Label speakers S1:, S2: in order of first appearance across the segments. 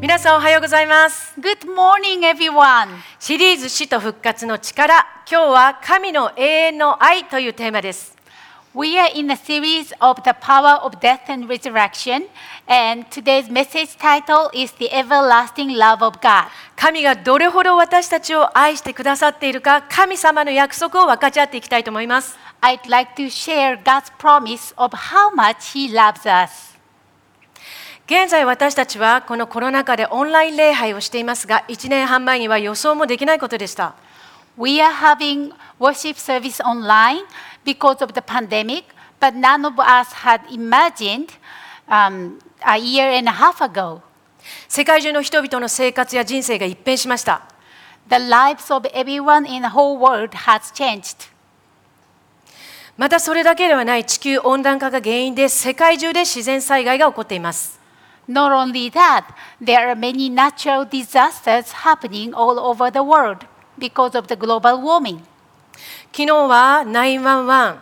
S1: 皆さんおはようございます
S2: Good morning, everyone.
S1: シリーズ死と復活の力今日は神の永遠の愛というテーマです
S2: We are in a series of the power of death and resurrection, and today's message title is The Everlasting Love of God.
S1: 神がどれほど私たちを愛してくださっているか神様の約束を分かち合っていきたいと思います
S2: I'd like to share God's promise of how much He loves us.
S1: 現在私たちはこのコロナ禍でオンライン礼拝をしていますが1年半前には予想もできないことでした
S2: We are having worship service online because of the pandemic, but none of us had imagined um, a year and a half ago.
S1: 世界中の人々の生活や人生が一変しました
S2: The lives of everyone in the whole world has changed.
S1: またそれだけではない地球温暖化が原因で世界中で自然災害が起こっています
S2: Not only that, there are many natural disasters happening all over the world because of the global warming.
S1: 昨日は911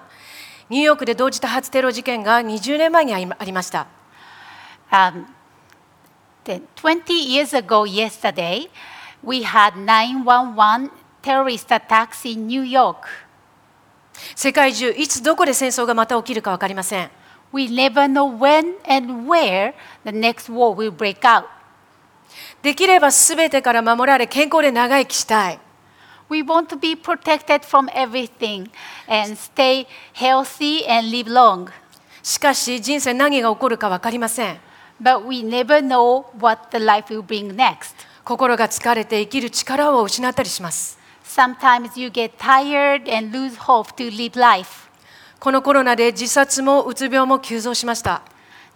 S1: ニューヨークで同時多発テロ事件が20年前にありありました
S2: Um, the- 20 years ago, yesterday, we had 911 terrorist attacks in New York.
S1: 世界中いつどこで戦争がまた起きるか分かりません
S2: We never know when and where the next war will break out.
S1: できれば全てから守られ健康で長生きしたい
S2: We want to be protected from everything and stay healthy and live long.
S1: しかし人生何が起こるか分かりません
S2: But we never know what the life will bring next.
S1: 心が疲れて生きる力を失ったりします
S2: Sometimes you get tired and lose hope to live life.
S1: このコロナで自殺もうつ病も急増しました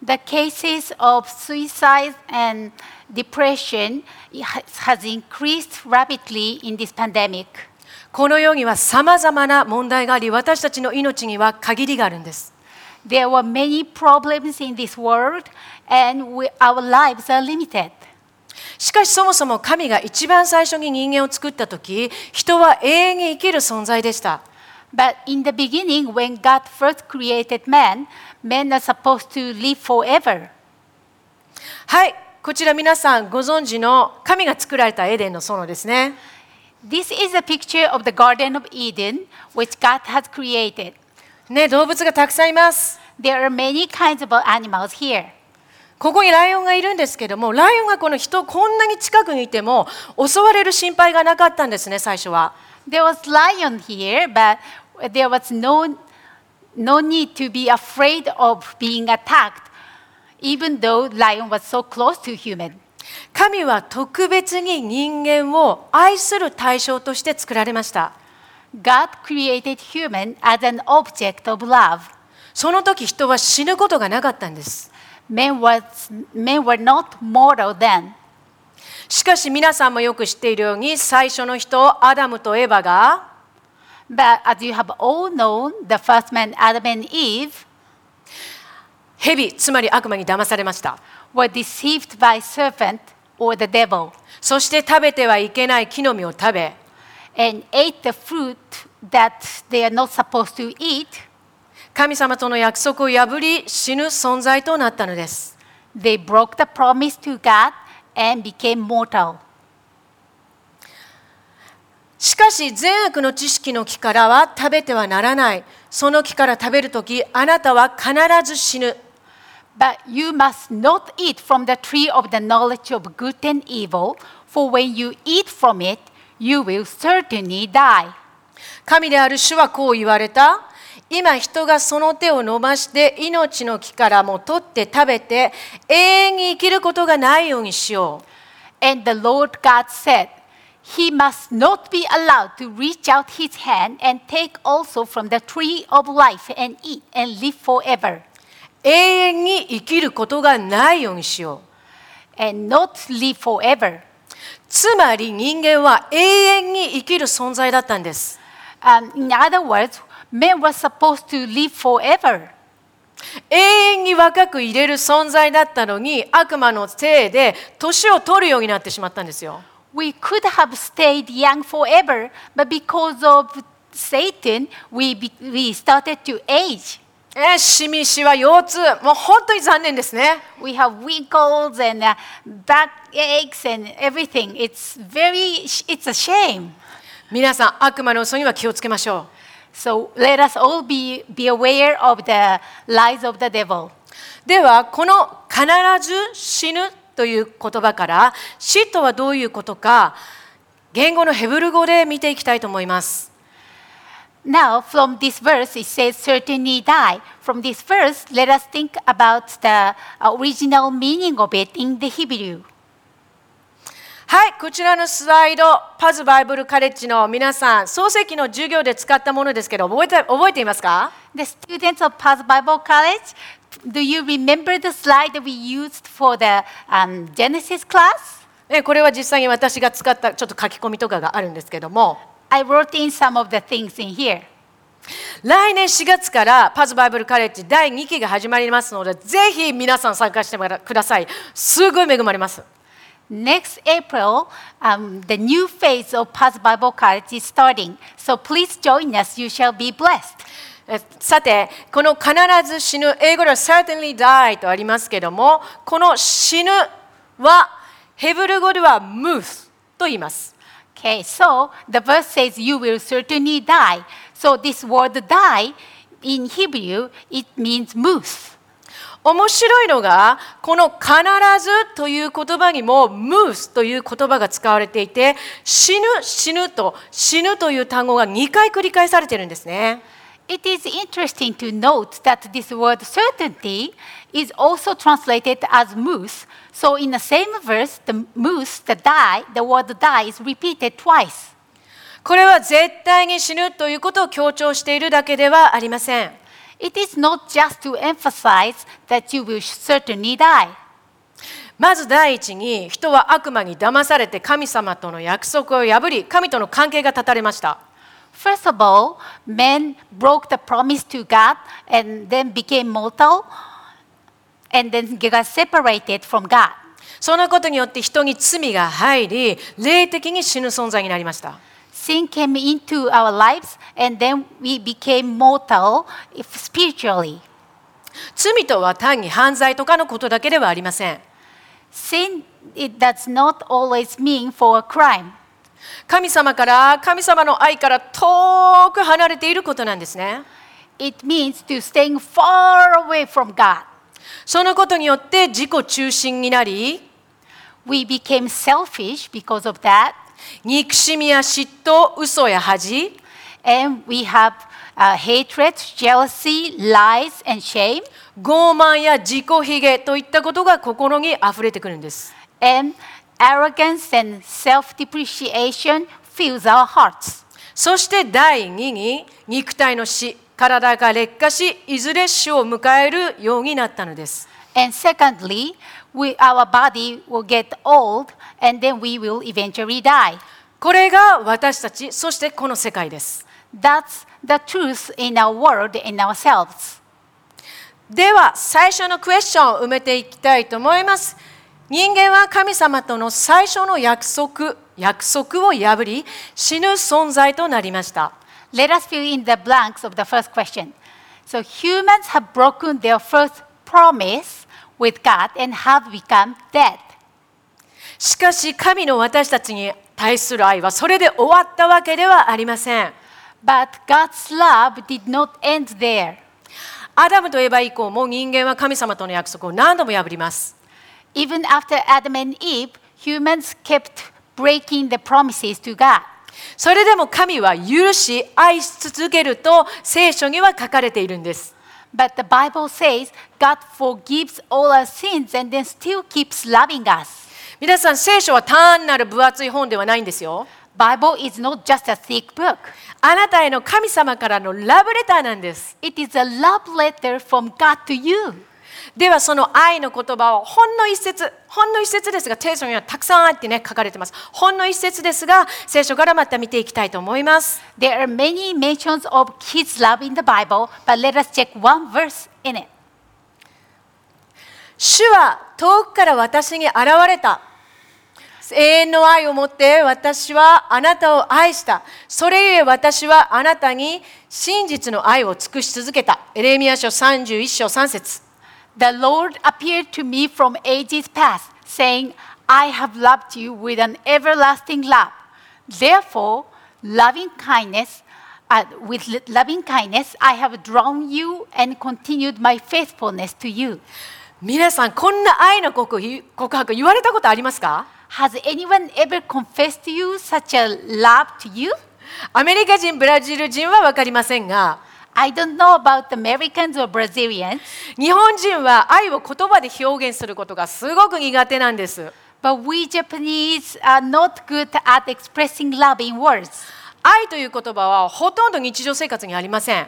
S2: The cases of suicide and depression has increased rapidly in this pandemic.
S1: この世にはさまざまな問題があり私たちの命には限りがあるんです
S2: There were many problems in this world, and we, our lives are limited.
S1: しかしそもそも神が一番最初に人間を作った時人は永遠に生きる存在でした
S2: But in the beginning, when God first created man, men are supposed to live forever.
S1: はいこちら皆さんご存知の神が作られたエデンの園ですね
S2: This is a picture of the Garden of Eden, which God has created.
S1: ね動物がたくさんいます
S2: There are many kinds of animals here.
S1: ここにライオンがいるんですけどもライオンがこの人こんなに近くにいても襲われる心配がなかったんですね最初は
S2: There was lion here, but there was no, no need to be afraid of being attacked, even though lion was so close to human.
S1: 神は特別に人間を愛する対象として作られました
S2: God created human as an object of love.
S1: その時人は死ぬことがなかったんです
S2: Men, was, men were not mortal then.
S1: しかし皆さんもよく知っているように最初の人アダムとエバが
S2: But as you have all known, the first man, Adam and Eve,
S1: 蛇つまり悪魔に騙されました
S2: were deceived by serpent or the devil
S1: そして食べてはいけない木の実を食べ
S2: and ate the fruit that they are not supposed to eat.
S1: 神様との約束を破り死ぬ存在となったのです
S2: They broke the promise to God and became mortal.
S1: しかし善悪の知識の木からは食べてはならないその木から食べる時あなたは必ず死ぬ
S2: But you must not eat from the tree of the knowledge of good and evil, for when you eat from it, you will certainly die.
S1: 神である主はこう言われた今人がその手を伸ばして命の木からも取って食べて永遠に生きることがないようにしよう
S2: And the Lord God said, He must not be allowed to reach out his hand and take also from the tree of life and eat and live forever,
S1: 永遠に生きることがないようにしよう
S2: and not live forever.
S1: つまり人間は永遠に生きる存在だったんです
S2: Um, in other words, men were supposed to live forever.
S1: 永遠に若くいれる存在だったのに悪魔のせいで年を取るようになってしまったんですよ
S2: We could have stayed young forever, but because of Satan, we, be, we started to age.
S1: えー、シミシワ腰痛もう本当に残念ですね
S2: We have wrinkles and uh, backaches and everything. It's very, it's a shame.
S1: 皆さん悪魔の嘘には気をつけましょ
S2: So let us all be, be aware of the lies of the devil.
S1: うではこの「必ず死ぬ」という言葉から死とはどういうことか言語のヘブル語で見ていきたいと思います
S2: Now, from this verse, it says, certainly die. From this verse, let us think about the original meaning of it in the Hebrew.
S1: はいこちらのスライドパズバイブルカレッジの皆さん漱石の授業で使ったものですけど覚えて覚えていますか
S2: The students of Paz Bible College, do you remember the slide that we used for the um, Genesis class?
S1: ねこれは実際に私が使ったちょっと書き込みとかがあるんですけども
S2: I wrote in some of the things in here.
S1: 来年4月からパズバイブルカレッジ第2期が始まりますのでぜひ皆さん参加してくださいすごい恵まれます
S2: Next April, um, the new phase of Paz Bible College is starting. So please join us. You shall be blessed.
S1: えさてこの「必ず死ぬ」英語では「certainly die」とありますけどもこの「死ぬ」はヘブル語では「move」と言います
S2: Okay, so the verse says, You will certainly die. So this word die in Hebrew, it means move.
S1: 面白いのがこの「必ず」という言葉にも「move」という言葉が使われていて「死ぬ」「死ぬ」と「死ぬ」という単語が2回繰り返されてるんですね。
S2: It is interesting to note that this word certainty is also translated as moose. So in the same verse, the moose, the die, the word die is repeated twice.
S1: これは絶対に死ぬということを強調しているだけではありません。
S2: It is not just to emphasize that you will certainly die.
S1: まず第一に人は悪魔に騙されて神様との約束を破り神との関係が断たれました
S2: First of all, men broke the promise to God and then became mortal and then got separated from God.
S1: そのことによって人に罪が入り霊的に死ぬ存在になりました
S2: Sin came into our lives and then we became mortal if- spiritually.
S1: 罪とは単に犯罪とかのことだけではありません
S2: Sin it does not always mean for a crime.
S1: 神様から神様の愛から遠く離れていることなんですね
S2: It means to staying far away from God.
S1: そのことによって自己中心になり
S2: We became selfish because of that
S1: 憎しみや嫉妬嘘や恥
S2: and we have uh, hatred, jealousy, lies and shame.
S1: 傲慢や自己ひげといったことが心にあふれてくるんです
S2: and arrogance and self depreciation fills our hearts.
S1: そして第2に肉体の死体が劣化しいずれ死を迎えるようになったのです
S2: And secondly, we, our body will get old and then we will eventually die.
S1: これが私たちそしてこの世界です
S2: That's the truth in our world, in ourselves.
S1: では最初のクエスチョンを埋めていきたいと思います人間は神様との最初の約束約束を破り死ぬ存在となりました
S2: Let us fill in the blanks of the first question. So, humans have broken their first promise with God and have become dead.
S1: しかし神の私たちに対する愛はそれで終わったわけではありません
S2: But God's love did not end there.
S1: アダムとエヴァ以降も人間は神様との約束を何度も破ります
S2: Even after Adam and Eve, humans kept breaking the promises to God.
S1: それでも神は許し愛し続けると聖書には書かれているんです
S2: But the Bible says God forgives all our sins and then still keeps loving us.
S1: 皆さん聖書は単なる分厚い本ではないんですよ
S2: Bible is not just a thick book.
S1: あなたへの神様からのラブレターなんです
S2: It is a love letter from God to you.
S1: ではその愛の言葉をほんの一節ほんの一節ですが聖書にはたくさんあってね書かれてますほんの一節ですが聖書からまた見ていきたいと思います
S2: There are many mentions of His love in the Bible, but let us check one verse in it.
S1: 主は遠くから私に現れた。永遠の愛を持って私はあなたを愛した。それゆえ私はあなたに真実の愛を尽くし続けた。エレミア書31章3節
S2: The Lord appeared to me from ages past, saying, I have loved you with an everlasting love. Therefore, loving kindness, uh, with l- loving kindness, I have drawn you and continued my faithfulness to you.
S1: 皆さん、こんな愛の告白告白言われたことありますか
S2: Has anyone ever confessed to you such a love to you?
S1: アメリカ人、ブラジル人は分かりませんが、
S2: I don't know about Americans or Brazilians,
S1: 日本人は愛を言葉で表現することがすごく苦手なんです。
S2: but we Japanese are not good at expressing love in words.
S1: 愛という言葉はほとんど日常生活にありません。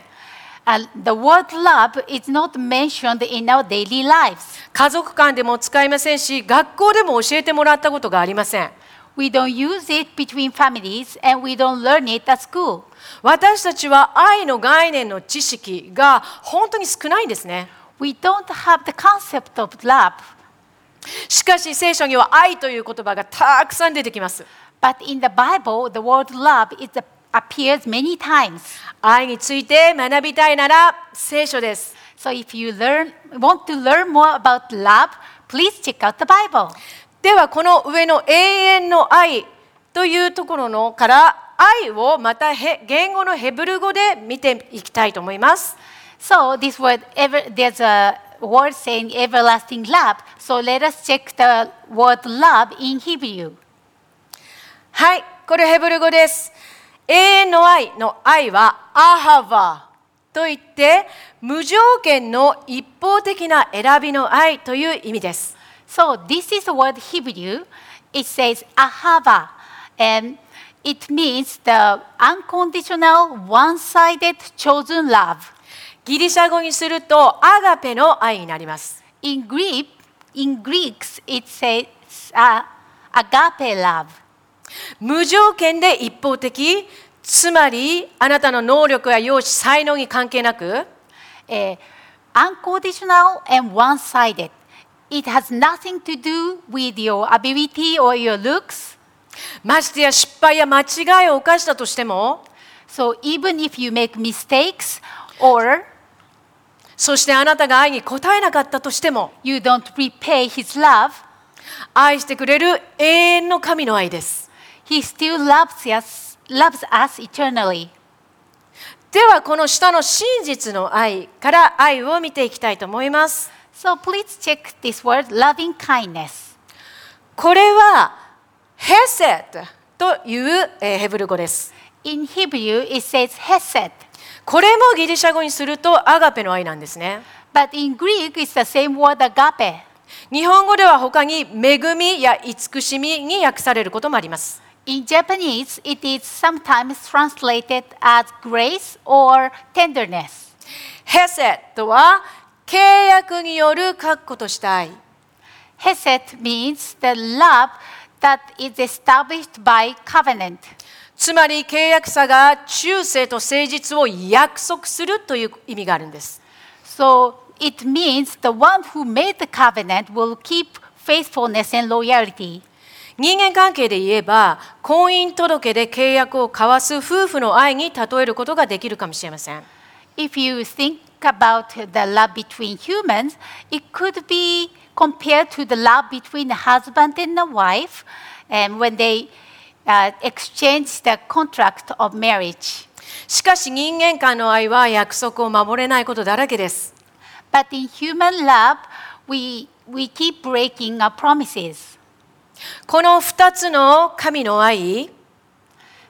S2: Uh, the word love is not mentioned in our daily lives.
S1: 家族間でも使いませんし、学校でも教えてもらったことがありません。
S2: We don't use it between families and we don't learn it at school.
S1: 私たちは愛の概念の知識が本当に少ないんですね。
S2: We don't have the concept of love,
S1: しかし聖書には愛という言葉がたくさん出てきます。
S2: but in the Bible, the word love is, appears many times.
S1: 愛について学びたいなら聖書です。
S2: So if you learn, want to learn more about love, please check out the Bible.
S1: ではこの上の永遠の愛というところのから愛をまたへ言語のヘブル語で見ていきたいと思います。
S2: So this word, ever, there's a word saying everlasting love. So let us check the word love in Hebrew.
S1: はい、これヘブル語です。永遠の愛の愛はアハバといって無条件の一方的な選びの愛という意味です。
S2: So this is the word Hebrew. It says ahava, and it means the unconditional, one-sided, chosen love.
S1: ギリシャ語にするとアガペの愛になります。
S2: In Greek, in Greeks, it says uh, agape love.
S1: 無条件で一方的、つまりあなたの能力や容姿、才能に関係なく、
S2: eh, unconditional and one sided. It has nothing to do with your ability or your looks.
S1: ましてや失敗や間違いを犯したとしても、
S2: So even if you make mistakes or
S1: そしてあなたが愛に応えなかったとしても、
S2: you don't repay his love,
S1: 愛してくれる永遠の神の愛です。
S2: he still loves us, loves us eternally.
S1: ではこの下の真実の愛から愛を見ていきたいと思います。
S2: So please check this word loving kindness.
S1: これはヘセットというえーヘブル語です。
S2: In Hebrew, it says hesed,
S1: これもギリシャ語にするとアガペの愛なんですね。
S2: but in Greek, it's the same word agape.
S1: 日本語では他に恵みや慈しみに訳されることもあります。
S2: In Japanese, it is sometimes translated as grace or tenderness.
S1: ヘセットは契約による確固とした愛。
S2: Hesed means the love that is established by covenant.
S1: つまり契約者が忠誠と誠実を約束するという意味があるんです。
S2: So it means the one who made the covenant will keep faithfulness and loyalty.
S1: 人間関係で言えば婚姻届で契約を交わす夫婦の愛に例えることができるかもしれません
S2: If you think about the love between humans, it could be compared to the love between a husband and a wife and when they uh, exchange the contract of marriage.
S1: しかし人間間の愛は約束を守れないことだらけです
S2: But in human love, we, we keep breaking our promises.
S1: この2つの神の愛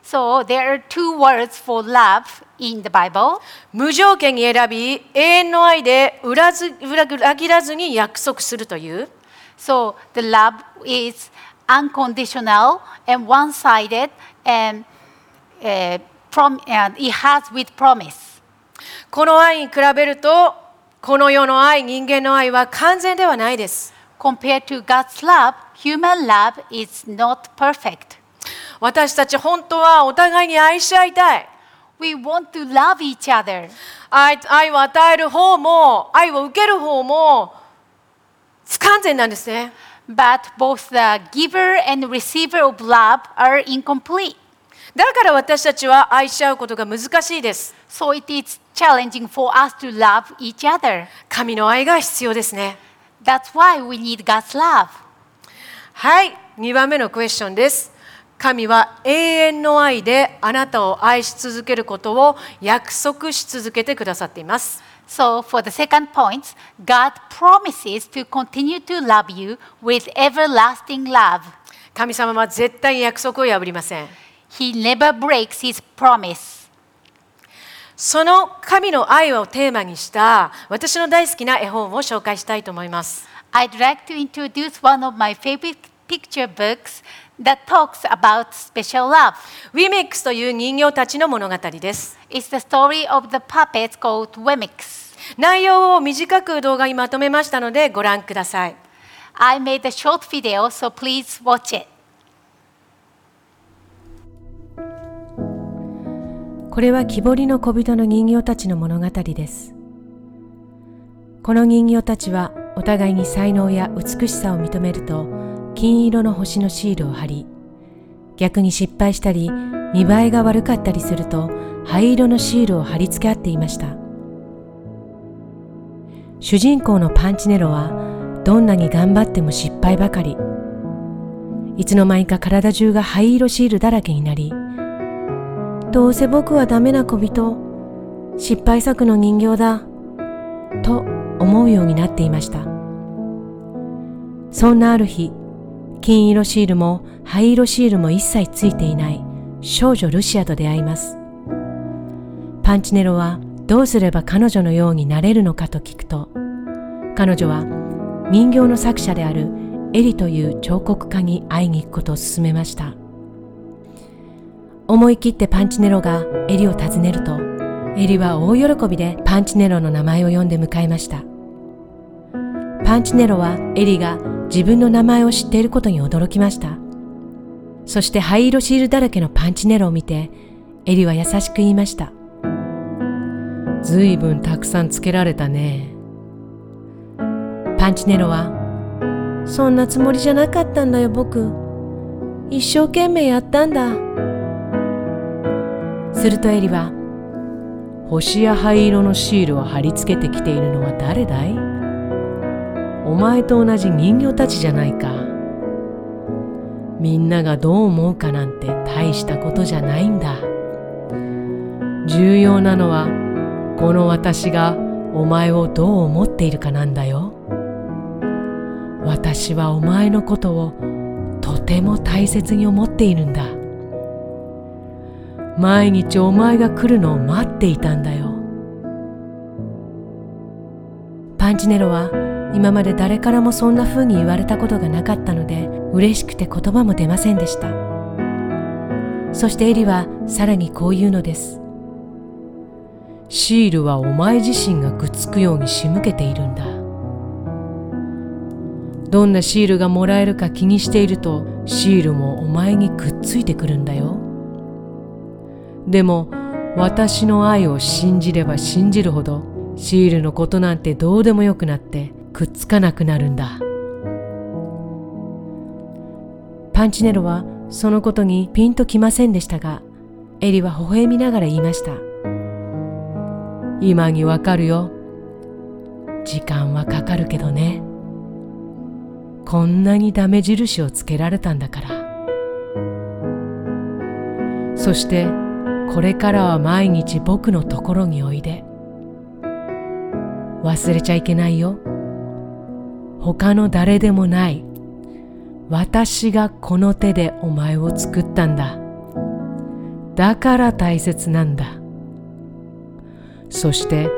S2: So there are two words for love in the Bible
S1: 無条件に選び永遠の愛で裏ず裏裏切らずに約束するという
S2: So the love is unconditional and one sided, and uh, prom- and it has with promise.
S1: この愛に比べるとこの世の愛人間の愛は完全ではないです
S2: Compared to God's love, human love is not perfect.
S1: 私たち本当はお互いに愛し合いたい
S2: We want to love each other.
S1: 愛愛を与える方も愛を受ける方も不完全なんですね
S2: but both the giver and receiver of love are incomplete.
S3: だから私たちは愛し合うことが難しいです。
S2: So it is challenging for us to love each other.
S3: 神の愛が必要ですね。
S2: That's why we need God's love.
S3: はい、2番目のクエスチョンです。神は永遠の愛であなたを愛し続けることを約束し続けてくださっています。
S2: So for the second point, God promises to continue to love you with everlasting love.
S3: 神様は絶対に約束を破りません。
S2: He never breaks his promise.
S3: その神の愛をテーマにした私の大好きな絵本を紹介したいと思います。
S2: I'd like to introduce one of my favorite picture books that talks about special love.
S3: ウィミックスという人形たちの物語です。
S2: It's the story of the puppets called Wemix.
S3: 内容を短く動画にまとめましたのでご覧ください。
S2: I made a short video, so please watch it.
S1: これは木彫りの小人の人形たちの物語です。この人形たちはお互いに才能や美しさを認めると金色の星のシールを貼り、逆に失敗したり見栄えが悪かったりすると灰色のシールを貼り付け合っていました。主人公のパンチネロはどんなに頑張っても失敗ばかり。いつの間にか体中が灰色シールだらけになり、どうせ僕はダメな小人、失敗作の人形だ、と思うようになっていました。そんなある日、金色シールも灰色シールも一切ついていない少女ルシアと出会います。パンチネロはどうすれば彼女のようになれるのかと聞くと、彼女は人形の作者であるエリという彫刻家に会いに行くことを勧めました。思い切ってパンチネロがエリを訪ねると、エリは大喜びでパンチネロの名前を呼んで迎えました。パンチネロはエリが自分の名前を知っていることに驚きました。そして灰色シールだらけのパンチネロを見て、エリは優しく言いました。ずいぶんたくさんつけられたね。パンチネロは、そんなつもりじゃなかったんだよ僕。一生懸命やったんだ。するとエリは星や灰色のシールを貼り付けてきているのは誰だいお前と同じ人形たちじゃないかみんながどう思うかなんて大したことじゃないんだ重要なのはこの私がお前をどう思っているかなんだよ私はお前のことをとても大切に思っているんだ毎日お前が来るのを待っていたんだよパンチネロは今まで誰からもそんな風に言われたことがなかったので嬉しくて言葉も出ませんでしたそしてエリはさらにこう言うのですシールはお前自身がくっつくように仕向けているんだどんなシールがもらえるか気にしているとシールもお前にくっついてくるんだよでも私の愛を信じれば信じるほどシールのことなんてどうでもよくなってくっつかなくなるんだパンチネロはそのことにピンときませんでしたがエリは微笑みながら言いました今にわかるよ時間はかかるけどねこんなにダメ印をつけられたんだからそしてこれからは毎日僕のところにおいで忘れちゃいけないよ他の誰でもない私がこの手でお前を作ったんだだから大切なんだそして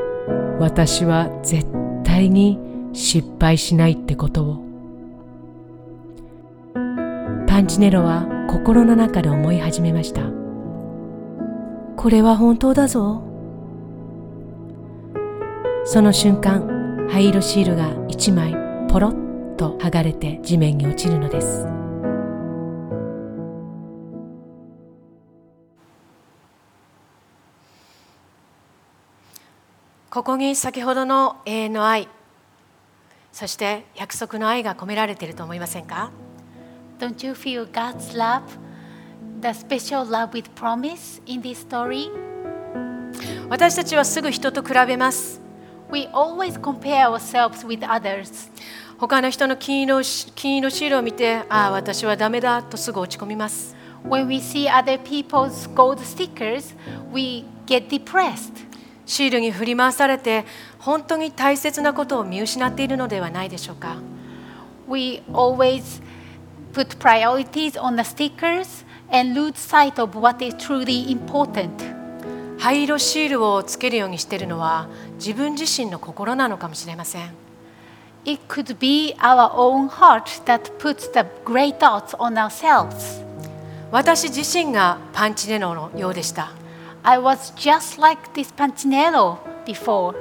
S1: 私は絶対に失敗しないってことをパンチネロは心の中で思い始めました。これは本当だぞ。その瞬間、灰色シールが一枚ポロッと剥がれて地面に落ちるのです。
S3: ここに先ほどの永遠の愛
S1: そして約束の愛が込められていると思いませんか
S2: Don't you feel God's love, the special love with promise in this story?
S1: 私たちはすぐ人と比べます
S2: We always compare ourselves with others.
S1: 他の人の金色をし金色シールを見てああ私はダメだとすぐ落ち込みます
S2: When we see other people's gold stickers, we get depressed.
S1: シールに振り回されて本当に大切なことを見失っているのではないでしょうか
S2: We always put priorities on the stickers and lose sight of what is truly important.
S1: 灰色シールをつけるようにしているのは自分自身の心なのかもしれません
S2: It could be our own heart that puts the great thoughts on ourselves.
S1: 私自身がパンチネロのようでした
S2: I was just like this Pantinello before.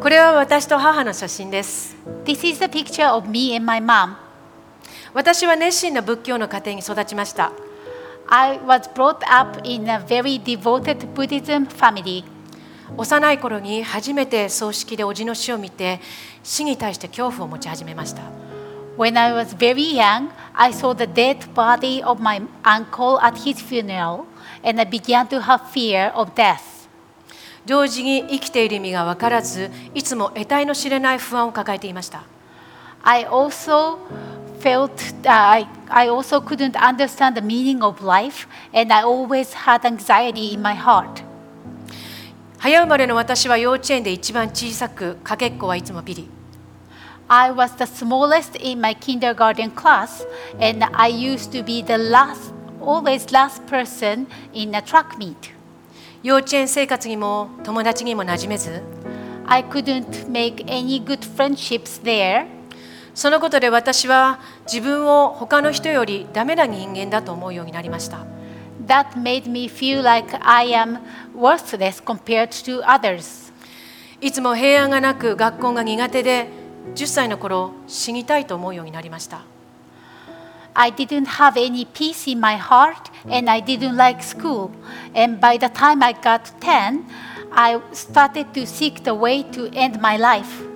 S1: これは私と母の写真です
S2: This is a picture of me and my mom.
S1: 私は熱心な仏教の家庭に育ちました
S2: I was brought up in a very devoted Buddhism family.
S1: 幼い頃に初めて葬式で叔父の死を見て死に対して恐怖を持ち始めました
S2: When I was very young, I saw the dead body of my uncle at his funeral, and I began to have fear of death.
S1: 同時に生きている意味が分からずいつも得体の知れない不安を抱えていました
S2: I also felt uh, I, I also couldn't understand the meaning of life, and I always had anxiety in my heart.
S1: 早生まれの私は幼稚園で一番小さくかけっこはいつもビリ
S2: I was the smallest in my kindergarten class, and I used to be the last, always last person in a track meet.
S1: 幼稚園生活にも友達にも馴染めず
S2: I couldn't make any good friendships there.
S1: そのことで私は自分を他の人よりダメな人間だと思うようになりました
S2: That made me feel like I am worthless compared to others.
S1: いつも平安がなく学校が苦手で10歳の頃死にたいと思うようになりました
S2: I didn't have any peace in my heart, and I didn't like school. And by the time I got 10, I started to seek the way to end my life.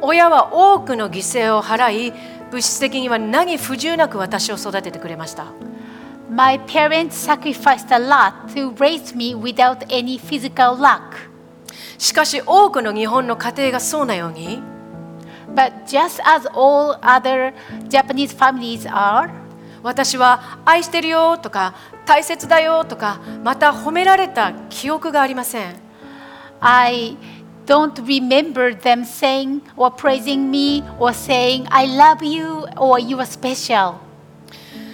S1: 親は多くの犠牲を払い物質的には何不自由なく私を育ててくれました
S2: My parents sacrificed a lot to raise me without any physical lack.
S1: しかし多くの日本の家庭がそうなように
S2: But just as all other Japanese families are,
S1: 私は愛してるよとか大切だよとかまた褒められた記憶がありません
S2: I don't remember them saying or praising me or saying, I love you or you are special.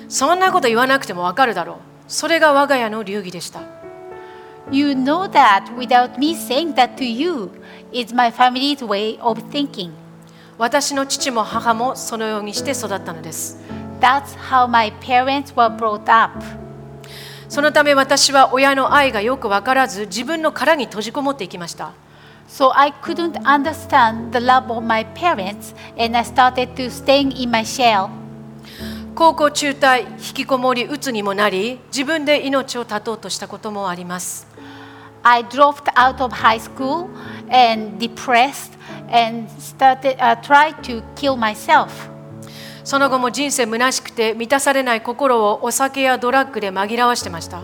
S1: そんなこと言わなくてもわかるだろうそれが我が家の流儀でした
S2: You know that without me saying that to you is my family's way of thinking.
S1: 私の父も母もそのようにして育ったのです
S2: That's how my parents were brought up.
S1: そのため私は親の愛がよくわからず自分の殻に閉じこもっていきました
S2: So I couldn't understand the love of my parents and I started to stay in my shell.
S1: 高校中退引きこもり鬱にもなり自分で命を絶とうとしたこともあります
S2: I dropped out of high school and depressed and started uh, tried to kill myself.
S1: その後も人生虚しくて満たされない心をお酒やドラッグで紛らわしてました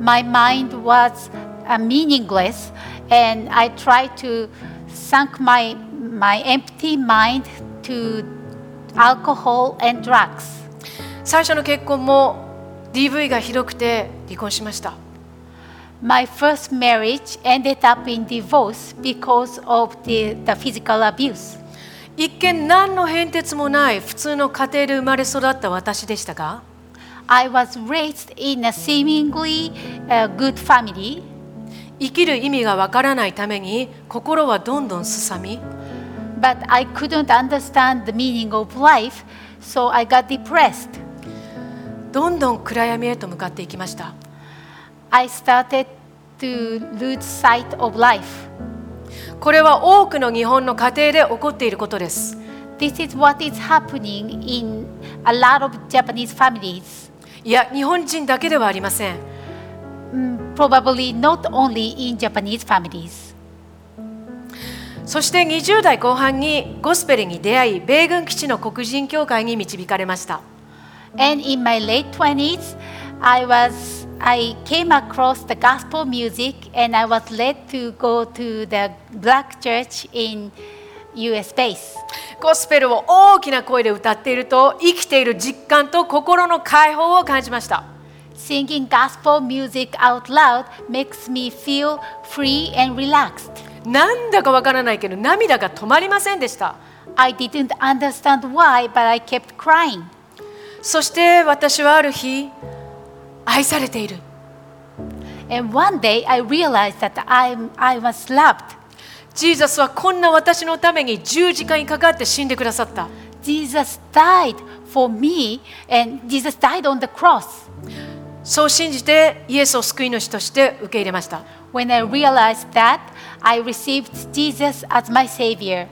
S2: My mind was uh, meaningless and I tried to sunk my my empty mind to alcohol and drugs.
S1: 最初の結婚も DV がひどくて離婚しました
S2: My first marriage ended up in divorce because of the, the physical abuse.
S1: 一見何の変哲もない普通の家庭で生まれ育った私でしたが
S2: I was raised in a seemingly uh, good family.
S1: 生きる意味がわからないために心はどんどんすさみ
S2: But I couldn't understand the meaning of life, so I got depressed.
S1: どんどん暗闇へと向かっていきました
S2: I started to lose sight of life.
S1: これは多くの日本の家庭で起こっていることです
S2: This is what is happening in a lot of Japanese families,
S1: いや日本人だけではありません
S2: mm, probably not only in Japanese families.
S1: そして20代後半にゴスペルに出会い米軍基地の黒人教会に導かれました
S2: And in my late 20s, I was I came across the gospel music and I was led to go to the black church in US base.
S1: ゴスペルを大きな声で歌っていると生きている実感と心の解放を感じました
S2: Singing gospel music out loud makes me feel free and relaxed.
S1: なんだかわからないけど涙が止まりませんでした
S2: I didn't understand why, but I kept crying.
S1: そして私はある日愛されている
S2: And one day I realized that I, I was loved.
S1: ジーザスはこんな私のために十字架にかかって死んでくださった
S2: Jesus died for me, and Jesus died on the cross.
S1: そう信じてイエスを救い主として受け入れました
S2: When I realized that, I received Jesus as my Savior.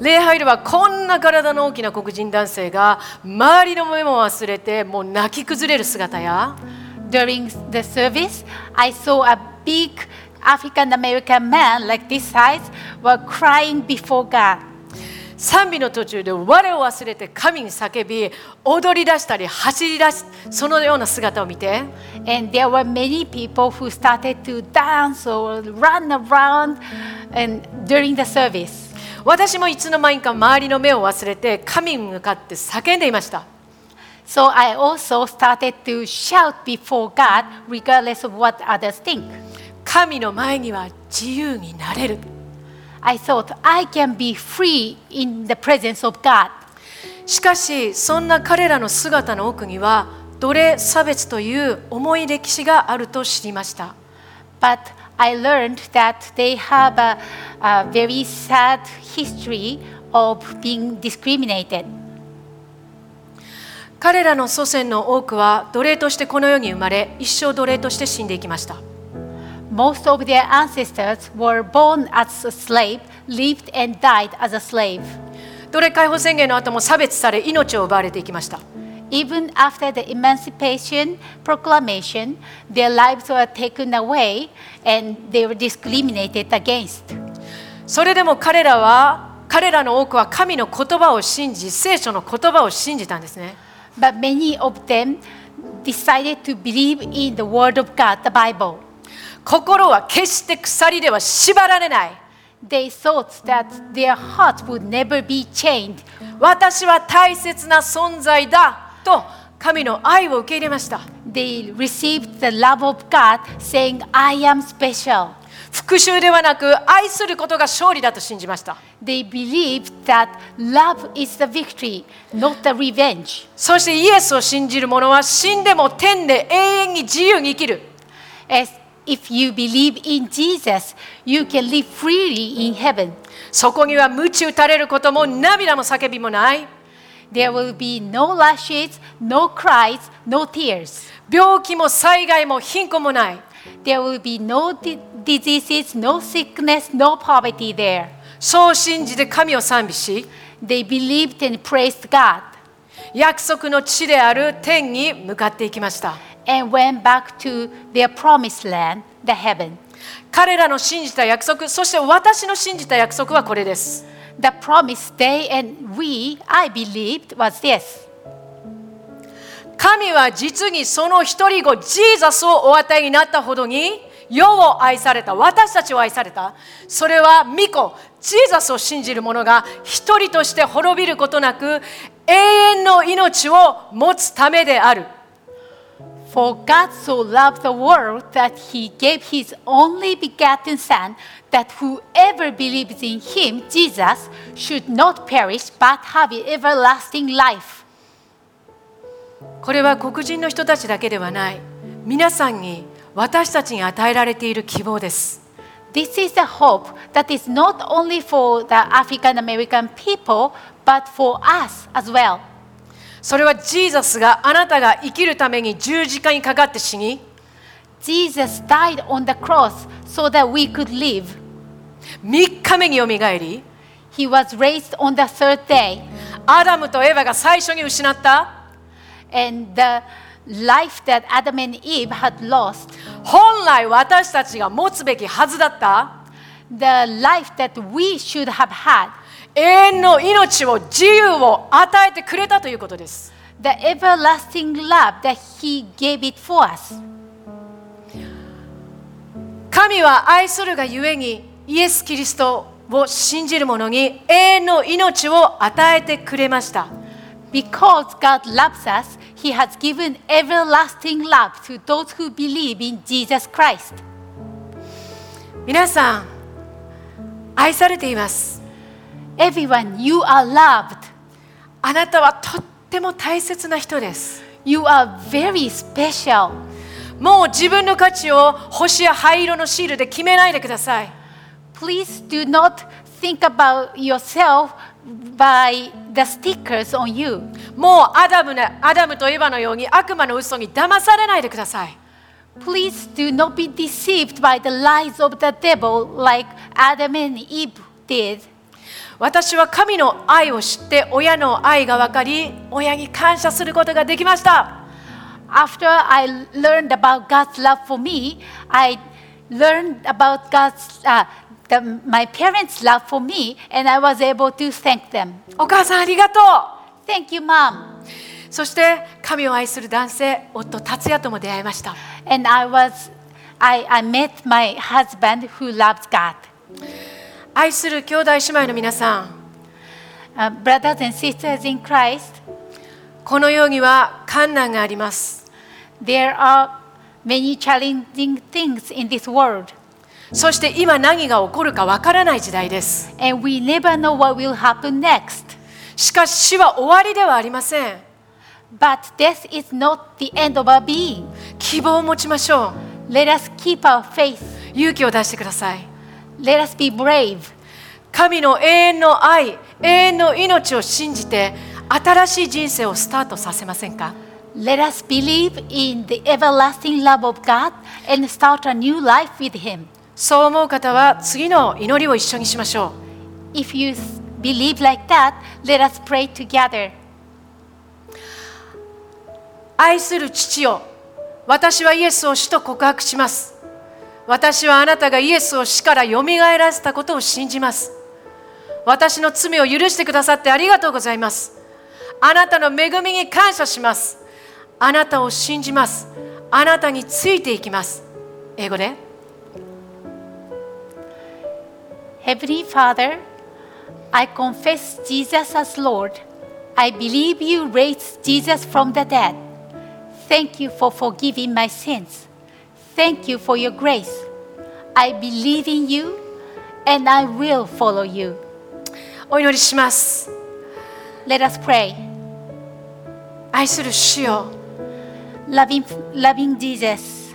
S1: 礼拝ではこんな体の大きな黒人男性が周りの目も忘れてもう泣き崩れる姿や
S2: During the service, I saw a big African American man like this size were crying before God.
S1: 賛美の途中で我を忘れて神に叫び踊り出したり走り出すそのような姿を見て
S2: And there were many people who started to dance or run around and during the service.
S1: 私もいつの間にか周りの目を忘れて神に向かって叫んでいました
S2: So I also started to shout before God, regardless of what others think.
S1: 神の前には自由になれる
S2: I thought I can be free in the presence of God.
S1: しかしそんな彼らの姿の奥には奴隷差別という重い歴史があると知りました
S2: But I learned that they have a, a very sad history of being discriminated.
S1: 彼らの祖先の多くは奴隷としてこの世に生まれ一生奴隷として死んでいきました
S2: Most of their ancestors were born as a slave, lived and died as a slave.
S1: 奴隷解放宣言の後も差別され命を奪われていきました
S2: Even after the Emancipation Proclamation, their lives were taken away and they were discriminated against.
S1: それでも彼らは彼らの多くは神の言葉を信じ聖書の言葉を信じたんですね
S2: But many of them decided to believe in the Word of God, the Bible.
S1: 心は決して鎖では縛られない
S2: They thought that their hearts would never be chained.
S1: 私は大切な存在だと神の愛を受け入れました
S2: They received the love of God, saying, I am special.
S1: 復讐ではなく愛することが勝利だと信じました
S2: They believed that love is the victory, not the revenge.
S1: そしてイエスを信じる者は死んでも天で永遠に自由に生きる
S2: As if you believe in Jesus, you can live freely in heaven.
S1: そこには鞭打たれることも涙も叫びもない
S2: There will be no lashes, no cries, no tears.
S1: 病気も災害も貧困もない
S2: There will be no di- diseases, no sickness, no poverty there.
S1: そう信じて神を賛美し
S2: They believed and praised God
S1: 約束の地である天に向かっていきました
S2: and went back to their promised land, the heaven.
S1: 彼らの信じた約束そして私の信じた約束はこれです
S2: The promise they and we, I believed, was this
S1: 神は実にその一人子ジーザスをお与えになったほどに世を愛された私たちを愛されたそれは御子ジーザスを信じる者が一人として滅びることなく永遠の命を持つためである
S2: For God so loved the world that he gave his only begotten Son, that whoever believes in him, Jesus, should not perish but have everlasting life.
S1: これは黒人の人たちだけではない皆さんに私たちに与えられている希望です
S2: This is a hope that is not only for the African American people, but for us as well.
S1: それはジーザスがあなたが生きるために十字架にかかって死に
S2: Jesus died on the cross so that we could live.
S1: 3日目によみがえり
S2: He was raised on the third day,
S1: アダムとエヴァが最初に失った
S2: and the life that Adam and Eve had lost,
S1: 本来私たちが持つべきはずだった
S2: the life that we should have had,
S1: 永遠の命を自由を与えてくれたということです
S2: the everlasting love that He gave it for us.
S1: 神は愛するがゆえにイエス・キリストを信じる者に永遠の命を与えてくれました
S2: Because God loves us, He has given everlasting love to those who believe in Jesus Christ.
S1: 皆さん愛されています
S2: Everyone, you are loved.
S1: あなたはとっても大切な人です
S2: You are very special.
S1: もう自分の価値を星や灰色のシールで決めないでください
S2: Please do not think about yourself by the stickers on you.
S1: もうアダム,、ね、アダムとエヴァのように悪魔の嘘に騙されないでください
S2: Please do not be deceived by the lies of the devil like Adam and Eve did.
S1: 私は神の愛を知って親の愛が分かり親に感謝することができました
S2: After I learned about God's love for me, I learned about God's, uh, the, my parents' love for me, and I was able to thank them.
S1: お母さんありがと
S2: Thank you, Mom.
S1: うそして神を愛する男性夫達也とも出会いました
S2: And I was, I, I met my husband who loved God.
S1: 愛する兄弟姉妹の皆さん
S2: Uh, brothers and sisters in Christ,
S1: この世には困難があります
S2: there are many challenging things in this world,
S1: そして今何が起こるかわからない時代です
S2: and we never know what will happen next.
S1: しかし死は終わりではありません
S2: But death is not the end of our being.
S1: 希望を持ちましょう
S2: Let us keep our faith.
S1: 勇気を出してください
S2: Let us be brave.
S1: 神の永遠の愛永遠の命を信じて新しい人生をスタートさせませんか
S2: Let us believe in the everlasting love of God and start a new life with Him.
S1: そう思う方は次の祈りを一緒にしましょう
S2: If you s- believe like that, let us pray together.
S1: 愛する父よ私はイエスを主と告白します私はあなたがイエスを死からよみがえらせたことを信じます私の罪を許してくださってありがとうございますあなたの恵みに感謝しますあなたを信じますあなたについていきます英語で
S2: Heavenly Father, I confess Jesus as Lord. I believe you raised Jesus from the dead. Thank you for forgiving my sins. Thank you for your grace. I believe in you and I will follow you.
S1: お祈りします
S2: Let us pray.
S1: 愛する主よ
S2: Loving, loving Jesus,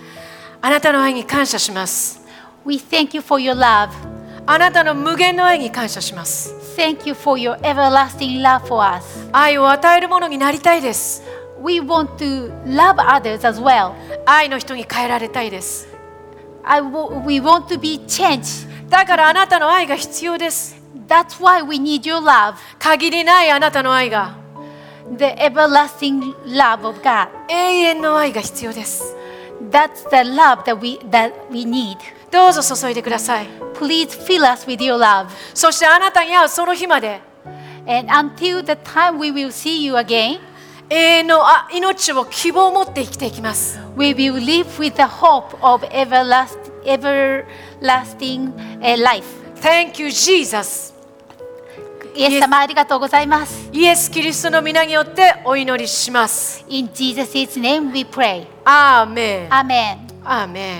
S1: あなたの愛に感謝します
S2: we thank you for your love.
S1: あなたの無限の愛に感謝します
S2: Thank you for your everlasting love for us.
S1: 愛を与えるものになりたいです
S2: We want to love others as well.
S1: 愛の人に変えられたいです
S2: I wa- we want to be changed.
S1: だからあなたの愛が必要です
S2: That's why we need your love,
S1: 限りないあなたの愛が
S2: the everlasting love of God.
S1: 永遠の愛が必要です
S2: That's the love that we that we need.
S1: どうぞ注いでください
S2: Please fill us with your love.
S1: そしてあなたに会うその日まで
S2: And until the time we will see you again,
S1: 永遠のあ命を希望を持って生きていきます
S2: we will live with the hope of everlast, everlasting eh, life.
S1: Thank you Jesus
S2: イエス様ありがとうございます。
S1: イエス・キリストの皆によってお祈りします
S2: In Jesus' name we pray.
S1: アーメン
S2: Amen.
S1: アーメン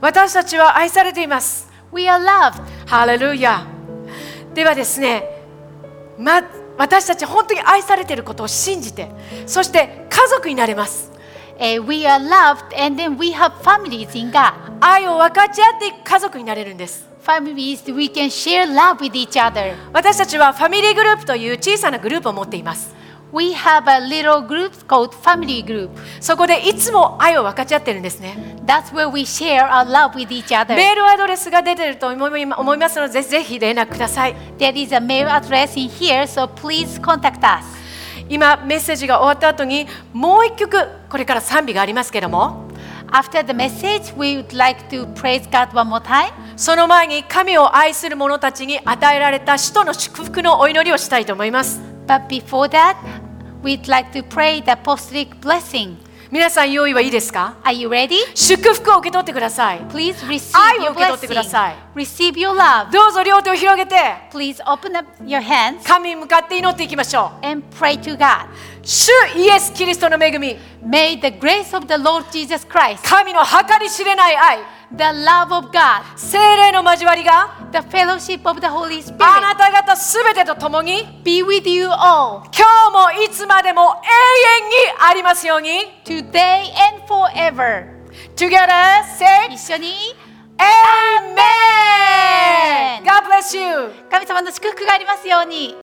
S1: 私たちは愛されています
S2: We are loved.
S1: ハレルヤではですね、ま、私たち本当に愛されていることを信じてそして家族になれます
S2: Eh, we are loved and then we have families in God.
S1: 愛を分かち合っていく家族になれるんです
S2: Families, we can share love with each other.
S1: 私たちはファミリーグループという小さなグループを持っています
S2: We have a little group called family group.
S1: そこでいつも愛を分かち合ってるんですね
S2: That's where we share our love with each other.
S1: メールアドレスが出てると思い思いますのでぜひぜひ連絡ください
S2: There is a mail address in here, so please contact us.
S1: 今メッセージが終わった後にもう一曲これから賛美がありますけども
S2: After the message, we would like to praise God one more time.
S1: その前に神を愛する者たちに与えられた使徒の祝福のお祈りをしたいと思います
S2: But before that, we'd like to pray the apostolic blessing.
S1: 皆さん用意はいいですか
S2: Are you ready?
S1: 祝福を受け取ってください
S2: Please receive
S1: I will
S2: your
S1: 受け取って
S2: blessing.
S1: ください。
S2: Receive your love.
S1: どうぞ両手を広げて
S2: Please open up your hands
S1: 神に向かって祈っていきましょ
S2: and pray to God.
S1: う主イエス・キリストの恵み
S2: May the grace of the Lord Jesus Christ,
S1: 神の計り知れない愛
S2: the love of God,
S1: 精霊の交わりが
S2: the fellowship of the Holy
S1: あな
S2: Spirit
S1: た方すべてと共に
S2: be with you all
S1: 今日もいつまでも永遠にありますように
S2: today and forever.
S1: Together say
S2: 一緒に
S1: Amen! God bless you!
S2: 神様の祝福がありますように。